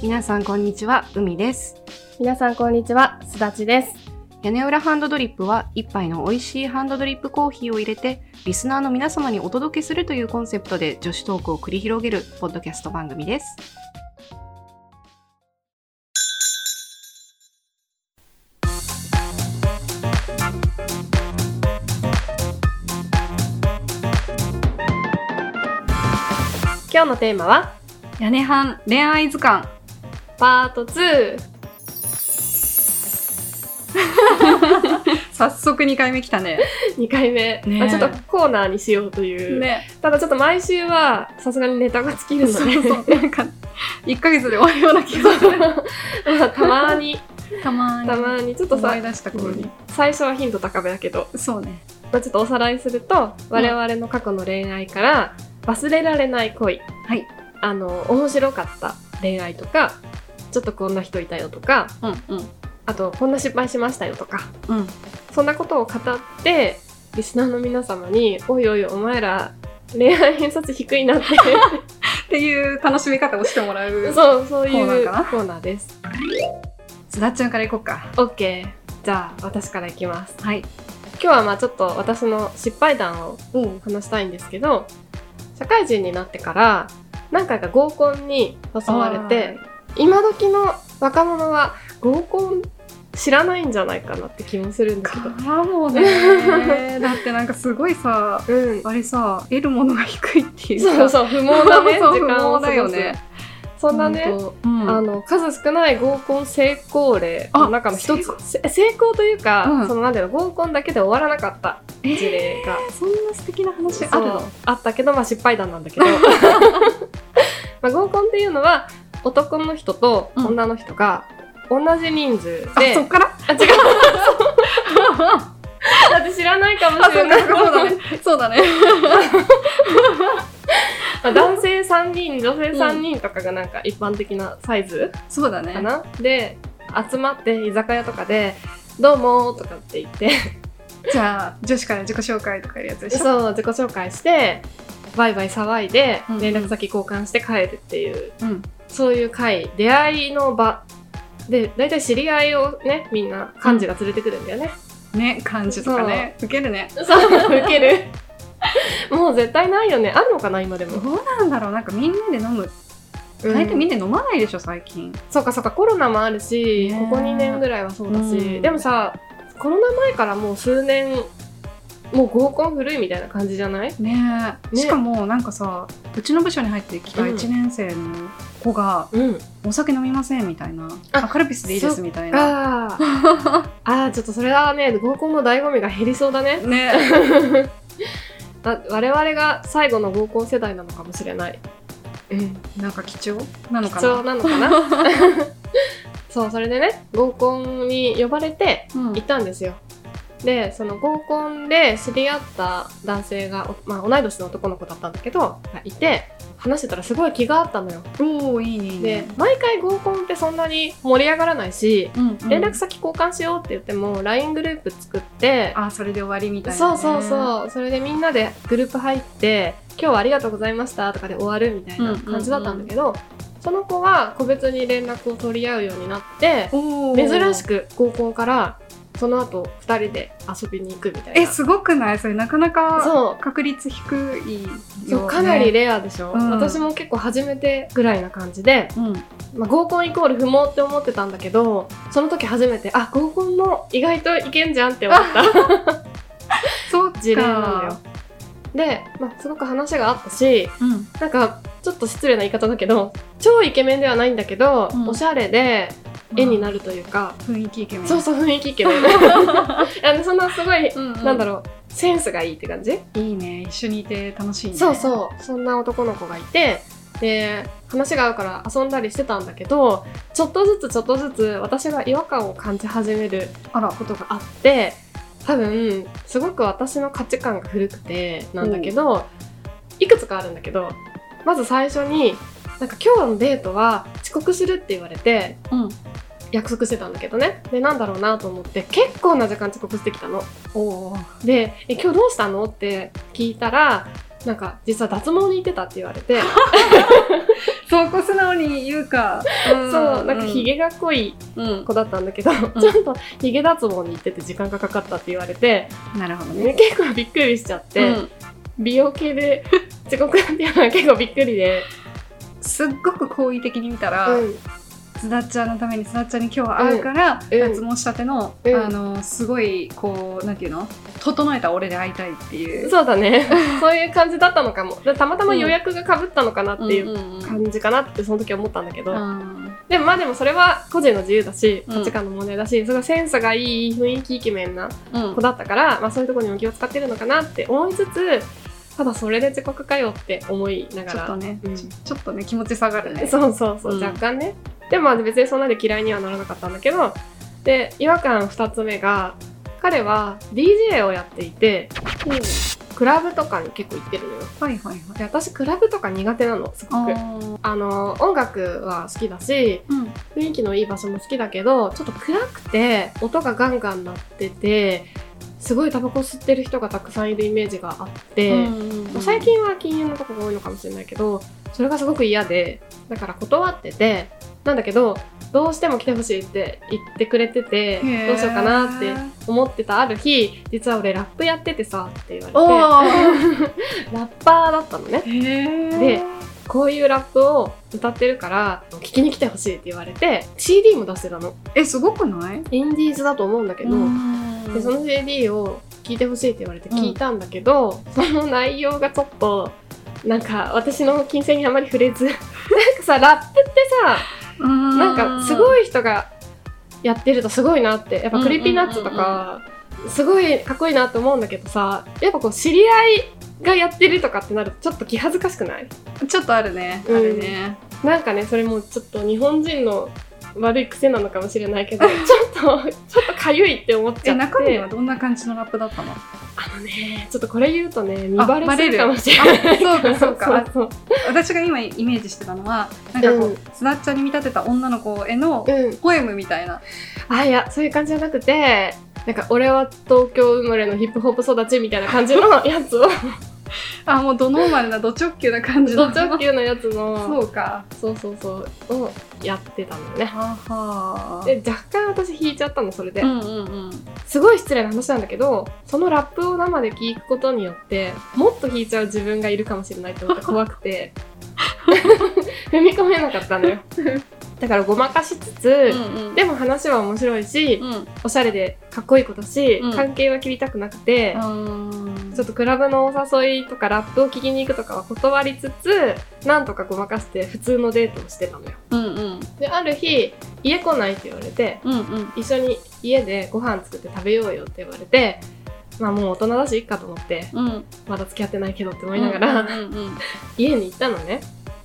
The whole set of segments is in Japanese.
皆さんこんにちは、海です。皆さんこんにちは、すだちです。屋根裏ハンドドリップは一杯の美味しいハンドドリップコーヒーを入れてリスナーの皆様にお届けするというコンセプトで女子トークを繰り広げるポッドキャスト番組です。今日のテーマは屋根ハン恋愛図鑑パー ト2。早速2回目来たね。 2回目、ねえまあちょっとコーナーにしようという、ね。ただちょっと毎週はさすがにネタが尽きるのでなんか1ヶ月で終わるような気がする。 まあたまにたまたまにちょっとさ出した頃に。最初は頻度高めだけど、そうね。まあ、ちょっとおさらいすると我々の過去の恋愛から忘れられない恋はい。あの面白かった恋愛とかちょっとこんな人いたよとかうんうん。あとこんな失敗しましたよとかうん。そんなことを語ってリスナーの皆様に「おいおいお前ら恋愛偏差値低いな」ってっていう楽しみ方をしてもら う。そうそういコーうナーかなコーナーです。すだっちゃんからいこうか。 OK じゃあ私からいきます。はい。今日はまあちょっと私の失敗談をおう。話したいんですけど社会人になってから何回か合コンに誘われて今時の若者は合コン知らないんじゃないかなって気もするんだけど。からも ねだってなんかすごいさうん、あれさ得るものが低いっていうそううそう不毛なね そ時う間を過ご不毛だよすねそんなね、うん、あの数少ない合コン成功例あの中の一つせ成功というか、うんそのなんだろう合コンだけで終わらなかった事例が、そんな素敵な話あそうるのあったけど、まあ、失敗談なんだ けど、 まあ、合コンっていうのは男の人と女の人が同じ人数 あで、そっからあ違うだって知らないかもしれないね そうだね まあ男性3人女性3人とかがなんか一般的なサイズ、そうだねかな、で集まって居酒屋とかで「どうも」とかって言ってじゃあ女子から自己紹介とかいうやつでしょそう自己紹介してバイバイ騒いでうんうん連絡先交換して帰るっていう、うんそういう会出会いの場で大体知り合いをねみんな幹事が連れてくるんだよね、ね感じとかね受けるねそうウケる もう絶対ないよねあるのかな今でども、うなんだろうなんかみんなで飲むうん大体みんなで飲まないでしょ最近そうかそうかコロナもあるし、ねここ2年ぐらいはそうだし、うんでもさコロナ前からもう数年もう合コン古いみたいな感じじゃないねねしかもなんかさうちの部署に入ってきたうん1年生の子がうん「お酒飲みません」みたいな「ああカルピスでいいです」みたいなあーあーちょっとそれはね合コンの醍醐味が減りそうだねね あ我々が最後の合コン世代なのかもしれない、うん、なんか貴重なのかな貴重なのかな そうそれでね合コンに呼ばれてうん行ったんですよでその合コンで知り合った男性が、おまあ、同い年の男の子だったんだけどがいて話してたらすごい気があったのよおおいいねいいでね毎回合コンってそんなに盛り上がらないしうんうん連絡先交換しようって言っても LINE グループ作ってあそれで終わりみたいなそねうそうそうそれでみんなでグループ入って「今日はありがとうございました」とかで終わるみたいな感じだったんだけど、その子は個別に連絡を取り合うようになっておー珍しく合コンからその後2人で遊びに行くみたいなえすごくないそれなかなかそう確率低いよねそうかなりレアでしょ、うん私も結構初めてぐらいな感じで、うんまあ、合コンイコール不毛って思ってたんだけどその時初めてあ合コンも意外といけんじゃんって思ったそう事例なのよで、まあ、すごく話があったしうんなんかちょっと失礼な言い方だけど超イケメンではないんだけど、うんおしゃれで絵になるというか、雰囲気イケメンそうそう雰囲気イケメン あのそんなすごい、うんうんなんだろうセンスがいいって感じいいね一緒にいて楽しいねそううそうそんな男の子がいてで話が合うから遊んだりしてたんだけどちょっとずつちょっとずつ私が違和感を感じ始めるあらことがあって多分すごく私の価値観が古くてなんだけど、いくつかあるんだけどまず最初になんか今日のデートは遅刻するって言われてうん約束してたんだけどねでなんだろうなと思って結構な時間遅刻してきたの。おおで「え今日どうしたの?」って聞いたらなんか実は脱毛に行ってたって言われて、そうこう素直に言うか、そそううななんんかかヒひげ、ゲが濃いうん子だったんだけど、ちょっとヒゲ脱毛に行ってて時間がかかったって言われて、なるほどね、ね結構びっくりしちゃって、うん美容系 で遅刻っていうのは結構びっくりで、すっごく好意的に見たら、すだちゃんのためにすだちゃんに今日は会うから、うんうん脱毛したての、うんあのすごいこうなんていうの整えた俺で会いたいっていうそうだねそういう感じだったのかもだたまたま予約がかぶったのかなっていううんうんうん感じかなってその時思ったんだけど、うんでもまあでもそれは個人の自由だしうん価値観の問題だし、すごいセンスがいい雰囲気イケメンな子だったから、まあ、そういうところにも気を使ってるのかなって思いつつただそれで遅刻かよって思いながちょっとら、ね、うんちょちょっとね気持ち下がるねそうそうそう、うん若干ねでもまあ別にそんなで嫌いにはならなかったんだけどで違和感2つ目が彼は DJ をやっていてクラブとかに結構行ってるのよはいはいはいで私クラブとか苦手なのすごくあーの音楽は好きだしうん雰囲気のいい場所も好きだけどちょっと暗くて音がガンガン鳴っててすごいタバコ吸ってる人がたくさんいるイメージがあって、うん最近は禁煙のとこが多いのかもしれないけどそれがすごく嫌でだから断っててなんだけどどうしても来てほしいって言ってくれててへーどうしようかなって思ってたある日実は俺ラップやっててさって言おわ ーれてラッパーだったのねへでこういうラップを歌ってるから聴きに来てほしいって言われて CD も出してたのえすごくないインディーズだと思うんだけど、うんでその CD を聞いてほしいって言われて聞いたんだけ ど、その内容がちょっとなんか私の金銭にあまり触れず なんかさラップってさうんなんかすごい人がやってるとすごいなってやっぱクリーピーナッツとかすごいかっこいいなって思うんだけどさやっぱこう知り合いがやってるとかってなるとちょっと気恥ずかしくないちょっとあるねあうんるねなんかねそれもちょっと日本人の悪い癖なのかもしれないけ どちょっとちょっとかゆいって思っちゃってえ中身はどんな感じのラップだったのあのねちょっとこれ言うとね見あバレするかもしれあないそうかそうか そうそう私が今イメージしてたのはなんかこうんうスナッチャーに見立てた女の子へのうんポエムみたいなあいやそういう感じじゃなくてなんか俺は東京生まれのヒップホップ育ちみたいな感じの やつをあもうドノーマルなド直球な感じドの直球のやつそのうかそうそうそうをやってたのよねははで若干私引いちゃったのそれで、うんうんうんすごい失礼な話なんだけどそのラップを生で聞くことによってもっと引いちゃう自分がいるかもしれないって思 って怖くて 踏み込めなかった のよだからごまかしつつ、うんでも話は面白いし、うんおしゃれでかっこいい子だし、うん関係は切りたくなくて、ちょっとクラブのお誘いとかラップを聞きに行くとかは断りつつ、なんとかごまかして普通のデートをしてたのよ。うんうんで、ある日、家来ないって言われて、うんうん一緒に家でご飯作って食べようよって言われて、まあもう大人だしいっかと思って、うんまだ付き合ってないけどって思いながら、うんうんうん家に行ったのね。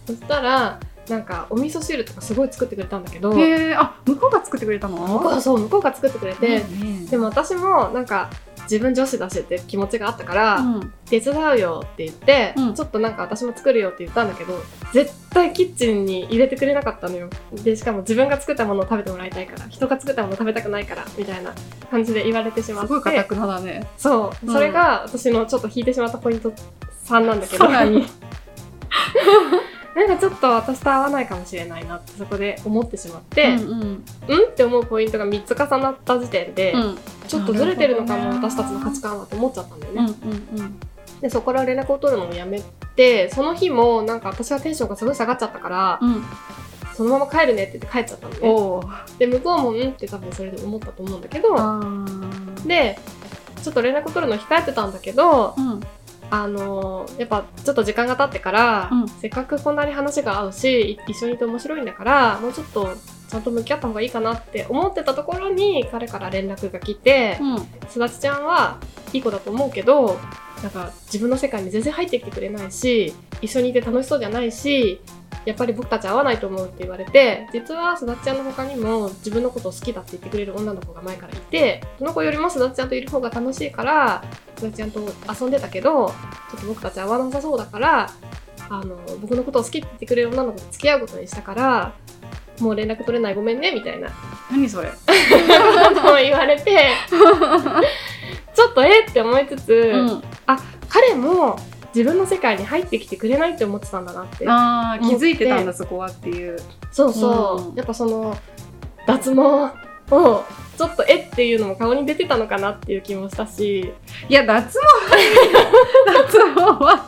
そしたら、なんかお味噌汁とかすごい作ってくれたんだけど、うんへえあ向こうが作ってくれたの向こうそう、向こうが作ってくれて、いいねでも私もなんか自分女子だしって気持ちがあったから、うん手伝うよって言って、うんちょっとなんか私も作るよって言ったんだけど絶対キッチンに入れてくれなかったのよでしかも自分が作ったものを食べてもらいたいから人が作ったものを食べたくないからみたいな感じで言われてしますってごい固くなだねそう、うんそれが私のちょっと引いてしまったポイント3なんだ けどさら になんかちょっと私と合わないかもしれないなってそこで思ってしまって、うんうんうんって思うポイントが3つ重なった時点で、うんちょっとずれてるのかも、なるほどね私たちの価値観はって思っちゃったんだようんね、うんでそこから連絡を取るのもやめてその日もなんか私はテンションがすごい下がっちゃったから、うんそのまま帰るねって言って帰っちゃったのねおーで向こうもうんって多分それで思ったと思うんだけどあーでちょっと連絡を取るの控えてたんだけどうんあのーやっぱちょっと時間が経ってから、うんせっかくこんなに話が合うしい一緒にいて面白いんだからもうちょっとちゃんと向き合った方がいいかなって思ってたところに彼から連絡が来て、うんすだちちゃんはいい子だと思うけどなんか自分の世界に全然入ってきてくれないし一緒にいて楽しそうじゃないしやっぱり僕たち合わないと思うって言われて実はすだちちゃんの他にも自分のことを好きだって言ってくれる女の子が前からいてその子よりもすだちちゃんといる方が楽しいからすだちちゃんと遊んでたけどちょっと僕たち合わなさそうだからあの僕のことを好きって言ってくれる女の子と付き合うことにしたからもう連絡取れないごめんねみたいな何それと言われ てちょっとえって思いつつ、うん彼も自分の世界に入ってきてくれないって思ってたんだなってあー思気ってづいてたんだそこはっていうそうそう、うんやっぱその脱毛をちょっとえっていうのも顔に出てたのかなっていう気もしたしいや脱毛脱毛は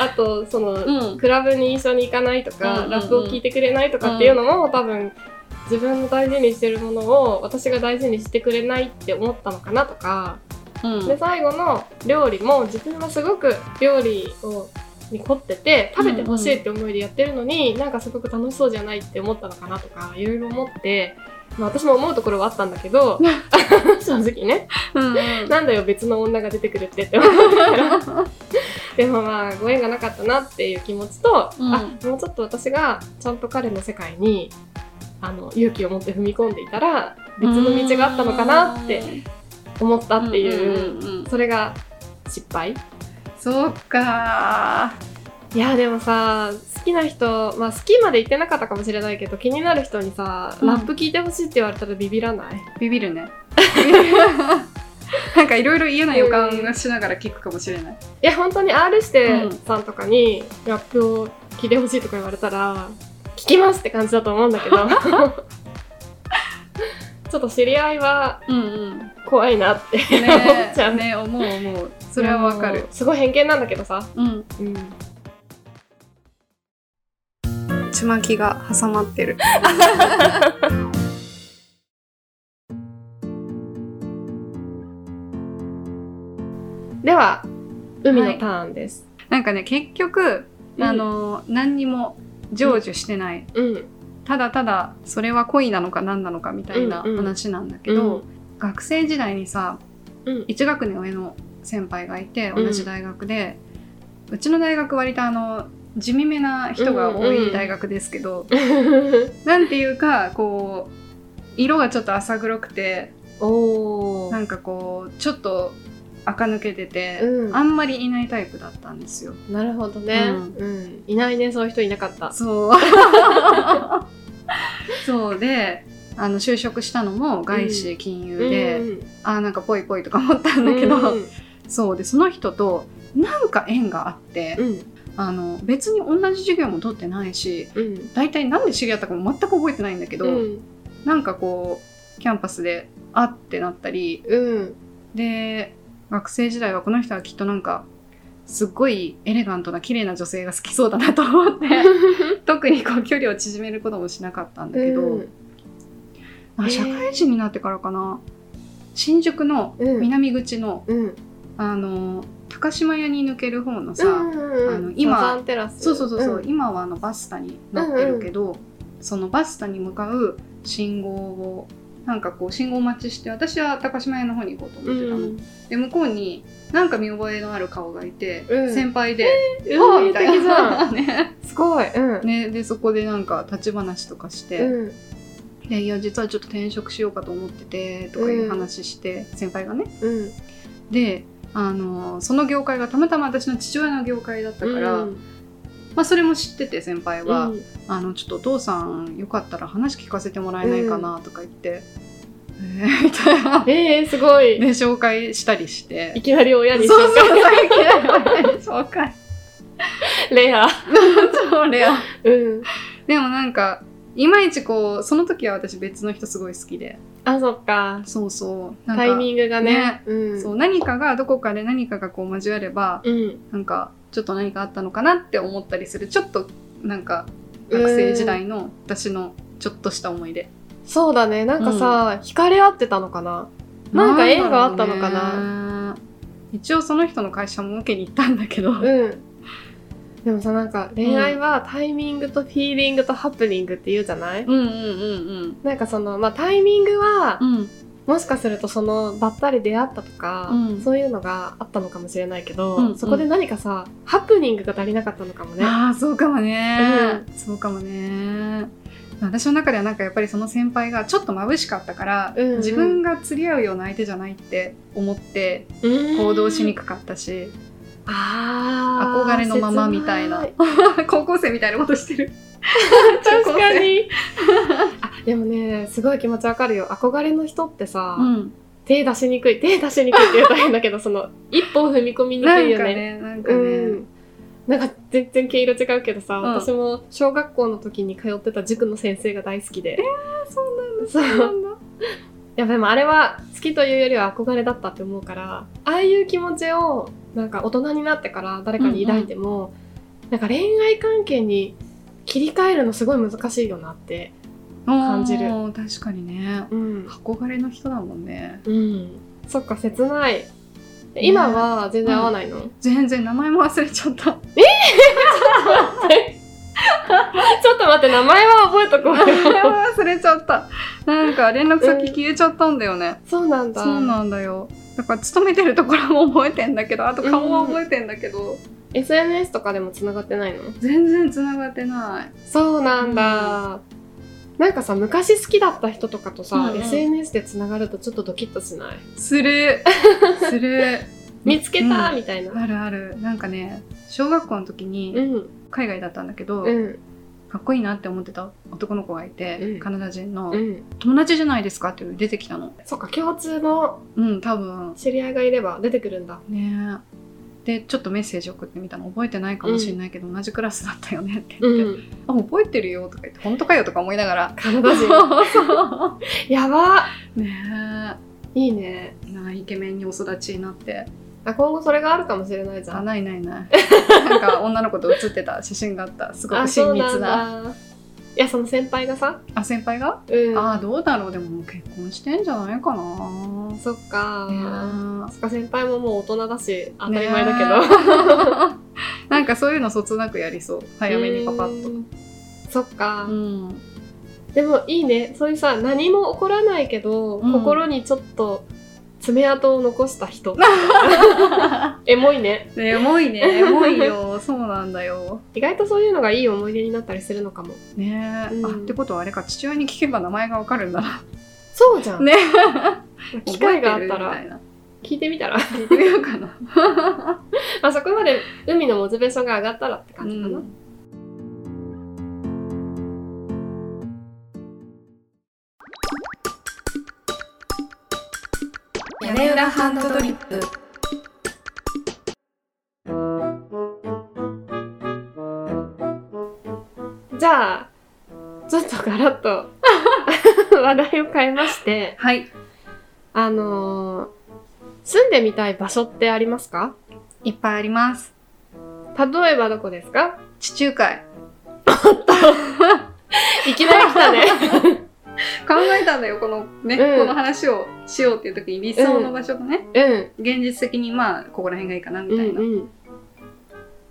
あとその、うんクラブに一緒に行かないとか、うんうんうんラップを聴いてくれないとかっていうのも、多分自分の大事にしてるものを私が大事にしてくれないって思ったのかなとか、うんで最後の料理も自分はすごく料理をに凝ってて食べてほしいって思いでやってるのに、なんかすごく楽しそうじゃないって思ったのかなとかいろいろ思って、まあ、私も思うところはあったんだけ ど正直ねうんなんだよ別の女が出てくるってって思いながら でもまあご縁がなかったなっていう気持ちと、うんあもうちょっと私がちゃんと彼の世界にあの勇気を持って踏み込んでいたら別の道があったのかなって思ったっていう、んんんんそれが失敗そうかいやでもさ好きな人、まあ、好きまで言ってなかったかもしれないけど気になる人にさ、うんラップ聞いてほしいって言われたらビビらないービビ るねなんかいろいろ嫌な予感がしながら聞くかもしれない、いや本当に R しうてんさんとかにラップを聞いてほしいとか言われたら聞きますって感じだと思うんだけ どちょっと知り合いはうんうんね怖いなってえ思っちゃうね思う思うそれはわかあるのすごい偏見なんだけどさ、うんうん、ちまきが挟まってるでは海のターンです、なんかね結局あの、何にも成就してない、うんただただそれは恋なのか何なのかみたいなうんうん話なんだけけど、ど、学生時代にさうん1学年上の先輩がいてうん同じ大学で、うちの大学割とあの地味めな人が多い大学ですけど、 なんていうかこう色がちょっと浅黒くておなーんかこうちょっと垢抜けてて、うんあんまりいないタイプだったんですよ。なるほどね、ううんんいないねそういう人いなかったそう そうであの就職したのも外資金融で、うんあーなんかぽいぽいとか思ったんだけど、うんそうでその人となんか縁があって、うんあの別に同じ授業も取ってないしうん大体なんで知り合ったかも全く覚えてないんだけど、うんなんかこうキャンパスで会ってなったりうんで学生時代はこの人はきっとなんかすっごいエレガントな綺麗な女性が好きそうだなと思って特にこう距離を縮めることもしなかったんだけど、うんなんか社会人になってからかな、新宿のうん南口の、うんあの高島屋に抜ける方のさ、うんうんうんあの今サザンテラスそうそうそうそう、ん今はあのバスタになってるけど、そのバスタに向かう信号をなんかこう信号待ちして私は高島屋の方に行こうと思ってたの、うんで向こうになんか見覚えのある顔がいて、うん先輩でえ「ーああ」運み命たい的じゃなん ねすごいうんねでそこでなんか立ち話とかしてうん「でいや実はちょっと転職しようかと思ってて」とかいう話して、先輩がねうんであのその業界がたまたま私の父親の業界だったから、うんまあ、それも知ってて先輩は、うんあの「ちょっとお父さんよかったら話聞かせてもらえないかな」とか言って「えーみたいな。えーすごいで紹介したりしいて。きなり親そうにそう紹介そう最 近紹介レア そうレアうんでもなんかいまいちこうその時は私別の人すごい好きであそっかそうそうなんかタイミングがねねうんそう何かがどこかで何かがこう交わればうんなんかちょっと何かあったのかなって思ったりするちょっとなんか学生時代の私のちょっとした思い出そうだねなんかさ、惹かれ合ってたのかななんか縁があったのかなんだろうね一応その人の会社も受けに行ったんだけど、うんでもさなんか恋愛はタイミングとフィーリングとハプニングって言うじゃない、うんうんなんかそのまあタイミングは、うんうんもしかするとそのばったり出会ったとか、うんそういうのがあったのかもしれないけど、うんそこで何かさハプニングが足りなかったのかもねああそうかもね、うそうかもね私の中ではなんかやっぱりその先輩がちょっと眩しかったから、うんうん自分が釣り合うような相手じゃないって思って行動しにくかっ たし、あー憧れのままみたいな切高校生みたいなことしてる 確かに、にあでもねすごい気持ちわかるよ憧れの人ってさ、うん、手出しにくい手出しにくいって言うと変だけどその一歩踏み込みになくいんよかねねなんかうね、んなんか全然毛色違うけどさ、ん私も小学校の時に通ってた塾の先生が大好きであそうなんだそうなんだいやでもあれは好きというよりは憧れだったって思うからああいう気持ちをなんか大人になってから誰かに抱いても、なんか恋愛関係に切り替えるのすごい難しいよなって感じるおー確かにねうん、憧れの人だもんねうん、そっか切ないで今は全然合わないの、全然名前も忘れちゃった ちょっと待って名前は覚えとこ名前うよ忘れちゃったなんか連絡先消えちゃったんだよね、そうなんだそうなんだよだから勤めてるところも覚えてんだけどあと顔は覚えてんだけど、 SNS とかでもつながってないの全然つながってないそうなんだ、なんかさ昔好きだった人とかとさ、うんうん SNS でつながるとちょっとドキッとしないするする 見つけたうんみたいなあるあるなんかね小学校の時うにん海外だったんだけど、うんかっこいいなって思ってた男の子がいて、うんカナダ人の、うん友達じゃないですかって出てきたのそっか共通のうん多分知り合いがいれば出てくるんだねでちょっとメッセージ送ってみたの覚えてないかもしれないけど、同じクラスだったよねって言って、んあ覚えてるよとか言って本当かよとか思いながらカナダ人そう そやばうねいいねえなあイケメンにお育ちになってあ今後それがあるかもしれないじゃあんないな いないなんか女の子と写ってた写真があったすごくあ親そう密ななんだいやその先輩がさあ先輩が、うんあどうだろうでももう結婚してんじゃないかなそっか、ねそっか先輩ももう大人だしえ当たり前だけど、どなんかそういうのそつなくやりそう早めにパパッととそっか、うんでもいいねそういうさ何も起こらないけど、うん心にちょっと爪痕を残した人エモいね ねエモいね、エモいよ、そうなんだよ。意外とそういうのがいい思い出になったりするのかもねえ、うんあってことはあれか、父親に聞けば名前がわかるんだな。そうじゃ ん、ね機会があった覚えてらる聞いてみたら みたいな。聞いてみようかな。あそこまで海のモチベーションが上がったらってう感じかな、ん屋根裏ハンドドリップじゃあちょっとガラッと 話題を変えましてはい、あのー住んでみたい場所ってありますかいっぱいあります。例えばどこですか地中海。いきなり来たね考えたんだよ、このね、うんこの話をしようっていう時に理想の場所とね、 うん現実的にまあ、ここら辺がいいかなみたいな。うんうん、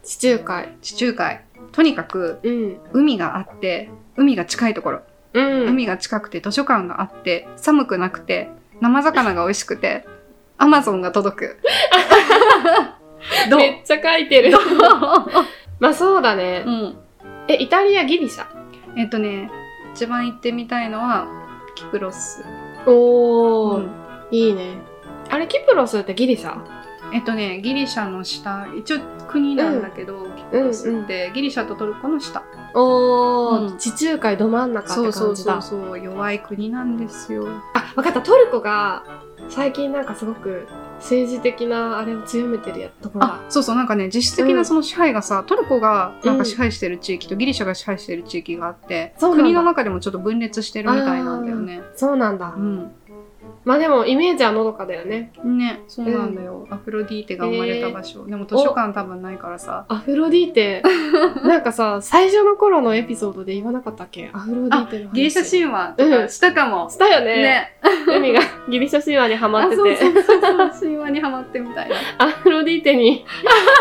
地中海地中海。とにかく、うん海があって、海が近いところ。うん海が近くて図書館があって寒くなくて生魚が美味しくてアマゾンが届 くどうめっちゃ書いてる まあそうだね、 うんえイタリアギリシャえっとね一番行ってみたいのはキプロス、おー、うんいいねあれキプロスってギリシャえっとねギリシャの下一応国なんだけど、キプロスってギリシャとトルコの下、おー、うん地中海ど真ん中ってそ感うじだそうそうそう弱い国なんですよあわかったトルコが最近なんかすごく政治的なあれを強めてるやところあがそうそうなんかね実質的うなんその支配がさ、トルコがなんうかん支配してる地域とギリシャが支配してる地域があって、そうなんだ国の中でもちょっと分裂してるみたいなんだよね。そうなんだ、うまあでもイメージはのどかだよねん、ねそうなんだよ、アフロディーテが生まれた場所、でも図書館多分ないからさアフロディー テなんかさ最初の頃のエピソードで言わなかったっけアフロディーテの話ギリシャ神話とかしたかも、したよねね海がギリシャ神話にハマってそうそてうそうそう神話にハマってみ たいなアフロディーテ に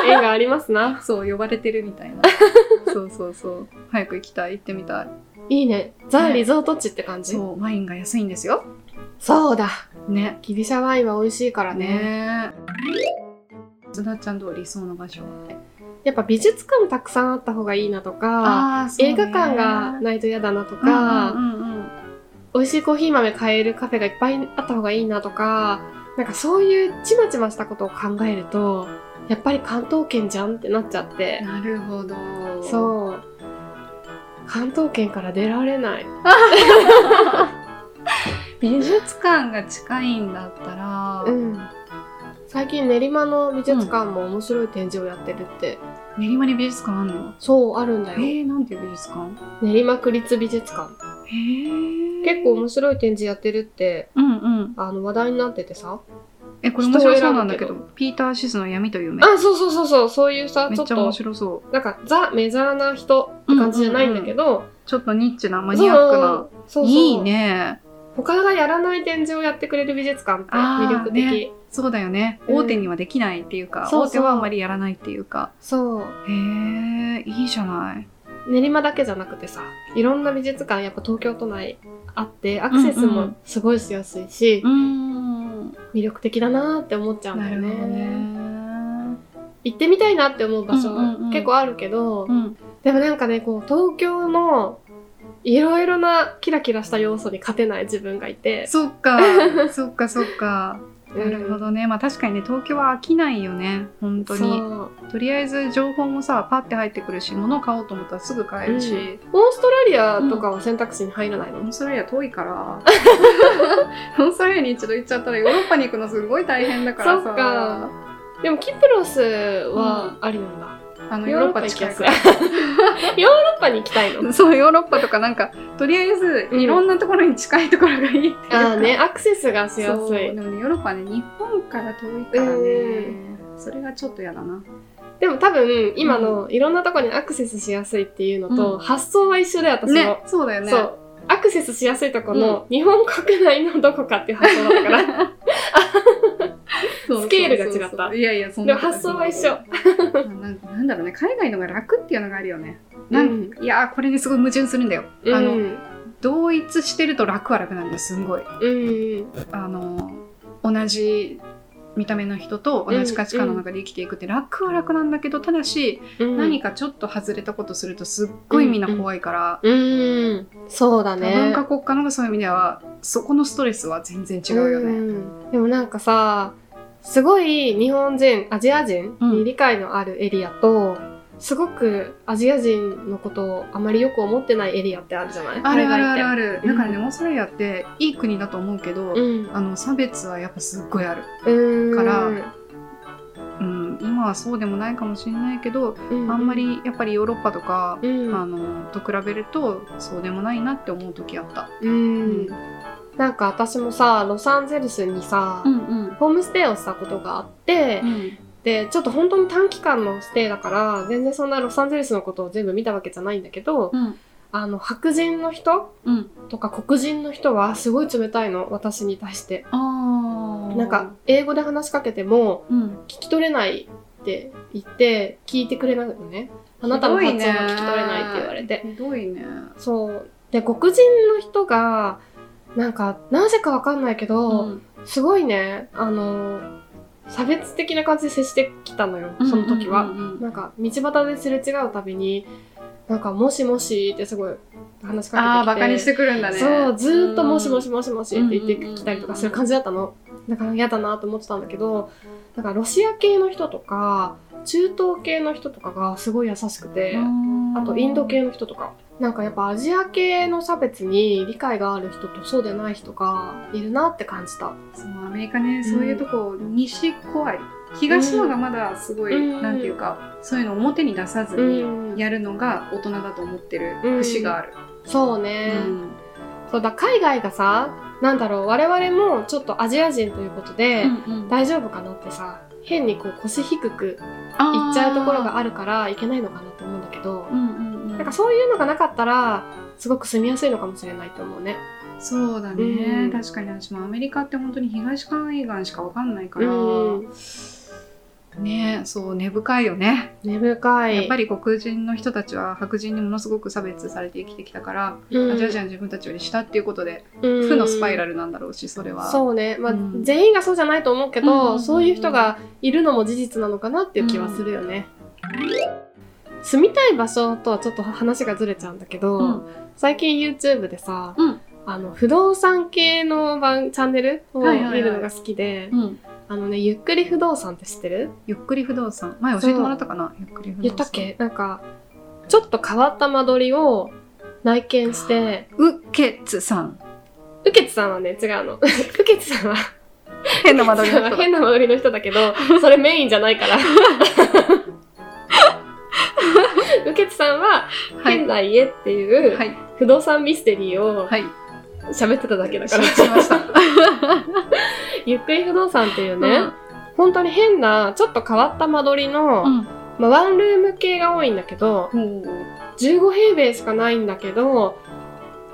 縁がありますなそう呼ばれてるみたいなそうそうそう早く行きたい行ってみたいいいねザ・ねリゾート地って感じ、そうワインが安いんですよそうだねギリシャワインは美味しいからねね津田ちゃんどう理想の場所やっぱ美術館たくさんあった方がいいなとか、あーそうね映画館がないと嫌だなとか、うんうんうん美味しいコーヒー豆買えるカフェがいっぱいあった方がいいなとかなんかそういうちまちましたことを考えるとやっぱり関東圏じゃんってなっちゃって、なるほどうそう関東圏から出られない美術館が近いんだったら、うん最近練馬の美術館も面白い展示をやってるって、練馬に美術館あんのそうあるんだえよ、ー、なんていう美術館練馬区立美術館へー結構面白い展示やってるってうんうんあの話題になっててさえこれ面白そうなんだけ人どをピーター・シスの闇という目あそうそうそうそうそういうさめちょっっちゃ面と白そうなんかザ・メジャーな人って感じじゃないんだけど、ちょっとニッチなマニアックなそうそうそういいね他がやらない展示をやってくれる美術館ってあー魅力的、ねそうだよね、うん大手にはできないっていうかそうそう大手はあんまりやらないっていうかそうへえいいじゃない練馬だけじゃなくてさいろんな美術館やっぱ東京都内あってアクセスうんうもんすごいしやすいし、うーん魅力的だなーって思っちゃうんだなよるほねどね行ってみたいなって思う場所、うんうんうん結構あるけど、うんでもなんかねこう東京のいろいろなキラキラした要素に勝てない自分がいてそ っかそっかそっかなるほどね、まあ確かにね東京は飽きないよね本当にそうとりあえず情報もさパッて入ってくるし物を買おうと思ったらすぐ買えるし、うんオーストラリアとかは選択肢に入らないの、オーストラリア遠いから オーストラリアに一度行っちゃったらヨーロッパに行くのすごい大変だからさそっかでもキプロスはありなんだ、あのヨーヨーロッパロッパ行き近やいすかいヨらーロッパに行きたい の そうヨーロッパとかなんかとりあえずうんいろんなところに近いところがいいっていうか、ああ ねアクセスがしやそうすでいもねヨーロッパはね日本から遠いからうねそれがちょっと嫌だなでも多分今のいろんなとこにアクセスしやすいっていうのと、うん発想は一緒で私も、ねそうだよねそうアクセスしやすいとこの日本国内のどこかっていう発想だから そうそうそうそうスケールが違ったいやいやそんでなもことない発想は一緒なんかなんだろうね海外のが楽っていうのがあるよねなんか、うんいやーこれねすごい矛盾するんだよ、あうのん同一してると楽は楽なんだよすんごいうんあの同じ見た目の人と同じ価値観の中で生きていくって楽は楽なんだけどただし、うん何かちょっと外れたことするとすっごいみんな怖いから、うんそうだ多ね文化国家の方がそういう意味ではそこのストレスは全然違うよね。んでもなんかさすごい日本人アジア人うんに理解のあるエリアと、すごくアジア人のことをあまりよく思ってないエリアってあるじゃないあるあ海るある外っある、うんだからねオーストラリアっていい国だと思うけど、てあの差別はやっぱすっごいある、うんうんからうん、今はそうでもないかもしれないけど、あんま、りやっぱりヨーロッパとか、うんあのと比べるとそうでもないなって思う時あった。うんなんか私もさロサンゼルスにさ、んうんホームステイをしたことがあって、うんでちょっと本当に短期間のステイだから全然そんなロサンゼルスのことを全部見たわけじゃないんだけど、うんあの白人の人うん、とか黒人の人はすごい冷たいの私に対してあーなんか、英語で話しかけてもうん、聞き取れないって言って聞いてくれないのねあなたの発音が聞き取れないって言われてひどいね。そうで黒人の人がなんかなぜかわかんないけど、うんすごいねあの差別的な感じで接してきたのよその時は、うんうんうんなんか道端ですれ違うたびになんか「もしもし」ってすごい話しかけてきてああバカにしてくるんだね。そうずーっと「もしもし。しもしもし」って言ってきたりとかする感じだったのだから嫌だなと思ってたんだけどだからロシア系の人とか中東系の人とかがすごい優しくてああとインド系の人とかなんかやっぱアジア系の差別に理解がある人とそうでない人がいるなって感じたそうアメリカねそういうとこ、西怖い東のがまだすごい、うんなんていうかそういうのを表に出さずにんやるのが大人だと思ってるうん節がある。そうね、うんそうだ海外がさなんだろう我々もちょっとアジア人ということで、うん大丈夫かなってさ変にこう腰低くあー行っちゃうところがあるからいけないのかなと思うんだけど、うんうんうんなんかそういうのがなかったらすごく住みやすいのかもしれないと思うね。そうだね、うん確かに私もアメリカって本当に東海岸しかわかんないから、うんねえそう根深いよね、根深い。やっぱり、り黒人の人たちは白人にものすごく差別されて生きてきたから、アジア人は自分たちより下っていうことで、負のスパイラルルなんだろうしそれはそうね、まあうん全員がそうじゃないと思うけうんうんど、うんそういう人がいるのも事実なのかなっていう気はするよね。住みたい場所とはちょっと話がずれちゃうんだけど、うん最近 YouTube でさ、うんあの不動産系の番チャンネルをはいはいはい見るのが好きで、うんあのねゆっくり不動産って知ってるゆっくり不動産前教えてもらったかなゆっくり不動産言ったっけなんかちょっと変わった間取りを内見してウッケツさんウケツさんはね、違 うの。ウケツさんは、変な間取りの人だ変な間取りの人だけ ど、それメインじゃないから。ウケツさんは、はい変な家っていうはい不動産ミステリーをはい喋ってただけだか承ら。知しましたゆっくり不動産っていうね、うん本当に変な、ちょっと変わった間取りの、うんまあ、ワンルーム系が多いんだけど、おー15平米しかないんだけど、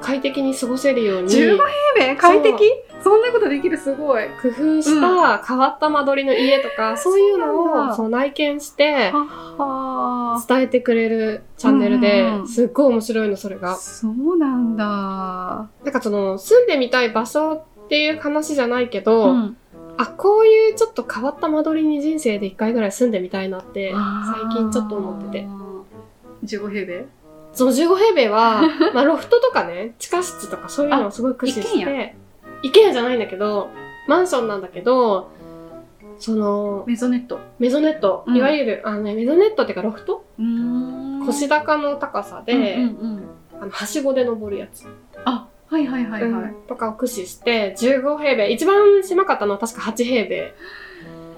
快適に過ごせるように。 15平米快適そんなことできるすごい工夫した変わった間取りの家とか、そういうそうなんのをだそう内見しては伝えてくれるチャンネルうんうんうでんすっごい面白いのそれはが。そうなんだなんかその住んでみたい場所っていう話じゃないけど、うんあこういうちょっと変わった間取りに人生で一回ぐらい住んでみたいなって最近ちょっと思っててて15平米その15平米は まあロフトとかね地下室とかそういうのをすごい駆使しあて一軒家じゃないんだけどマンションなんだけどそのメゾネットメゾネット、うんいわゆるあの、ね、メゾネットっていうかロフトうーん腰高の高さで、うんうんうんあのはしごで登るやつ、あはいはいはいはい、うんとかを駆使して15平米一番狭かったのは確か8平米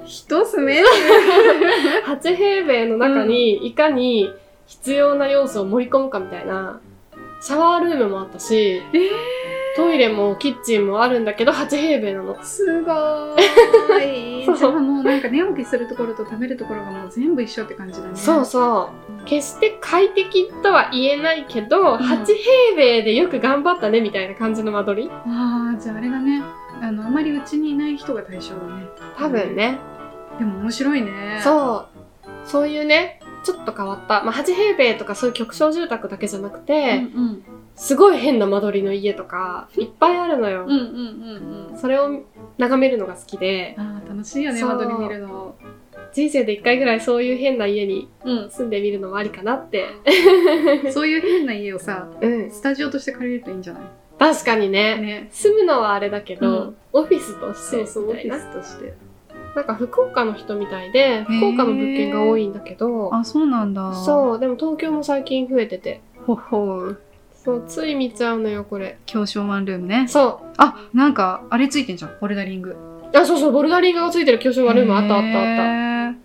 人住める8平米の中にいかに必要な要素を盛り込むかみたいなシャワールームもあったしえートイレもキッチンもあるんだけど8平米なのすごーいそうじゃあもうなんか寝起きするところと食べるところがもう全部一緒って感じだねそうそう決して快適とは言えないけど、ん8平米でよく頑張ったねみたいな感じの間取りああじゃああれだねあのあまりうちにいない人が対象だね多分ね、でも面白いねうそう。そういうね、ちょっと変わった。まあ、8平米とかそういう局所住宅だけじゃなくて、んうんすごい変な間取りの家とか、いっぱいあるのよ。うんうんうんうんそれを眺めるのが好きで、あー楽しいよねそう間取り見るの人生で一回ぐらいそういう変な家にうん住んでみるのもありかなって。そういう変な家をさうん。スタジオとして借りるといいんじゃな確かにね。いね住むのはあれだけど、うんオフィスとしてそうそうオみフたいなィスとしてなんか福岡の人みたいで、福岡の物件が多いんだけど、あそうなんだそう、でも東京も最近増えてて。うほほうそう、つい見ちゃうのよ、これ。狭小ワンルームねそう、あなんかあれついてんじゃんボルダリングあ、そうそう、ボルダリングがついてる教習ワルームあったあったあった。あった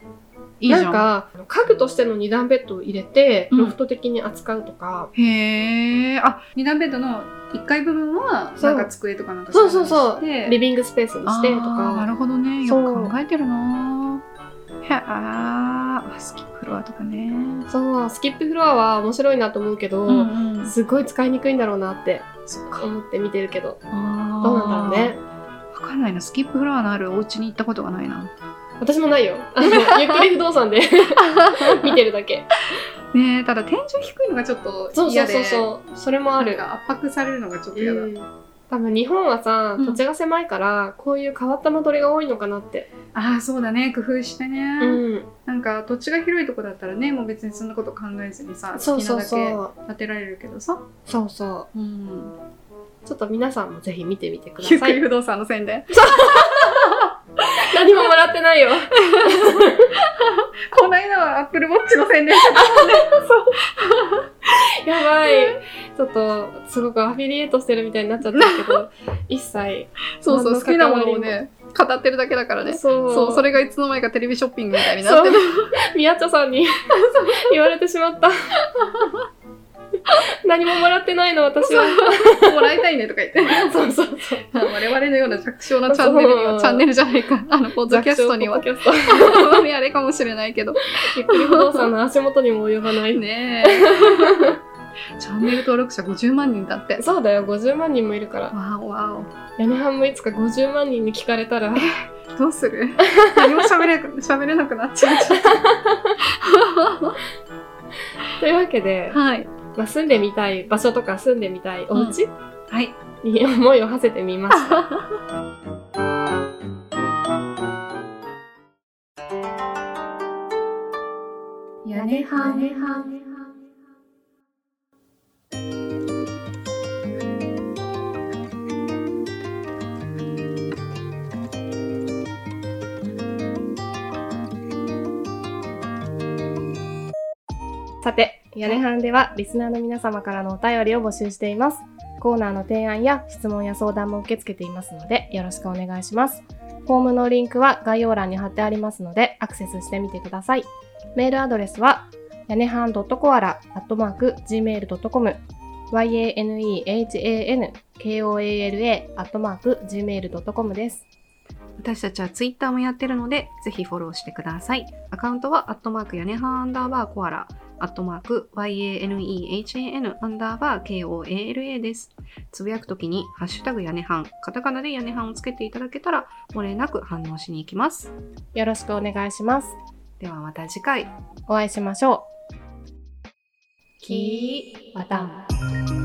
いいじゃんなんか、家具としての二段ベッドを入れて、うんロフト的に扱うとか、へえ。あ、二段ベッドの1階部分はそうなんか机とかなんかそうそうそうでリビングスペースにしてとなか、るほどね。そようく考えてるな。へあー、あスキップフロアとかね。そう、スキップフロアは面白いなと思うけど、うんうん。すごい使いにくいんだろうなってそっか。思って見てるけど、どうなどうなんだろうね。。わかんないな。スキップフロアのあるお家に行ったことがないな。私もないよ。あの、ゆっくり不動産 で見てるだけ。ねえ、ただ天井低いのがちょっとそうそ嫌うで。そうそう、それもある。なんか圧迫されるのがちょっと嫌だ。うん多分日本はさ、うん土地が狭いから、こういう変わった間取りが多いのかなって。ああ、そうだね。工夫してね。うん。なんか土地が広いとこだったらね、もう別にそんなこと考えずにさ、そうそう好きなだそう。け建てられるけどさ。そうそう。うん。ちょっと皆さんもぜひ見てみてくだゆっさくりい。不動産の宣伝。 何ももらってないよ。この間はアップルウォッチの宣伝してた。やばい。ちょっと、すごくアフィリエイトしてるみたいになっちゃったけ ど、一切。 そうそ何う、の好きなものをね、語ってるだけだからね。そう。そう、それがいつの間にかテレビショッピングみたいになってる。そう。宮茶さんに言われてしまった。何ももらってないの、私は。 もらいたいねとか言って。そうそうそう。 我々のような弱小なチャンネルにそうは、チャンネルじゃないか。あの、ポッドキャストにはポ。ッドキャスあんまりあれかもしれないけど。トゆっくり不動産の足元にも及ばない。 ねえ。チャンネル登録者50万人だって。そうだよ、50万人もいるから。わおわ屋根半もいつか50万人に聞かれたら、お。どうする何も喋れ喋れなくなっちゃう。というわけで、はい。まあ、住んでみたい場所とか住んでみたいお家、はい。に思いを馳せてみました。屋根半さて、屋根班ではリスナーの皆様からのお便りを募集しています。コーナーの提案や質問や相談も受け付けていますので、よろしくお願いします。フォームのリンクは概要欄に貼ってありますので、アクセスしてみてください。メールアドレスは、やねはん .koala.gmail.com yanehankoala.gmail.com です。私たちはツイッターもやってるので、ぜひフォローしてください。アカウントは、アットマーク屋根半アンダーバーコアラ、アットマーク YANEHAN アンダーバー KOALA です。つぶやくときに、ハッシュタグ屋根半、カタカナで屋根半をつけていただけたら、漏れなく反応しに行きます。よろしくお願いします。ではまた次回。お会いしましょう。キーわたん。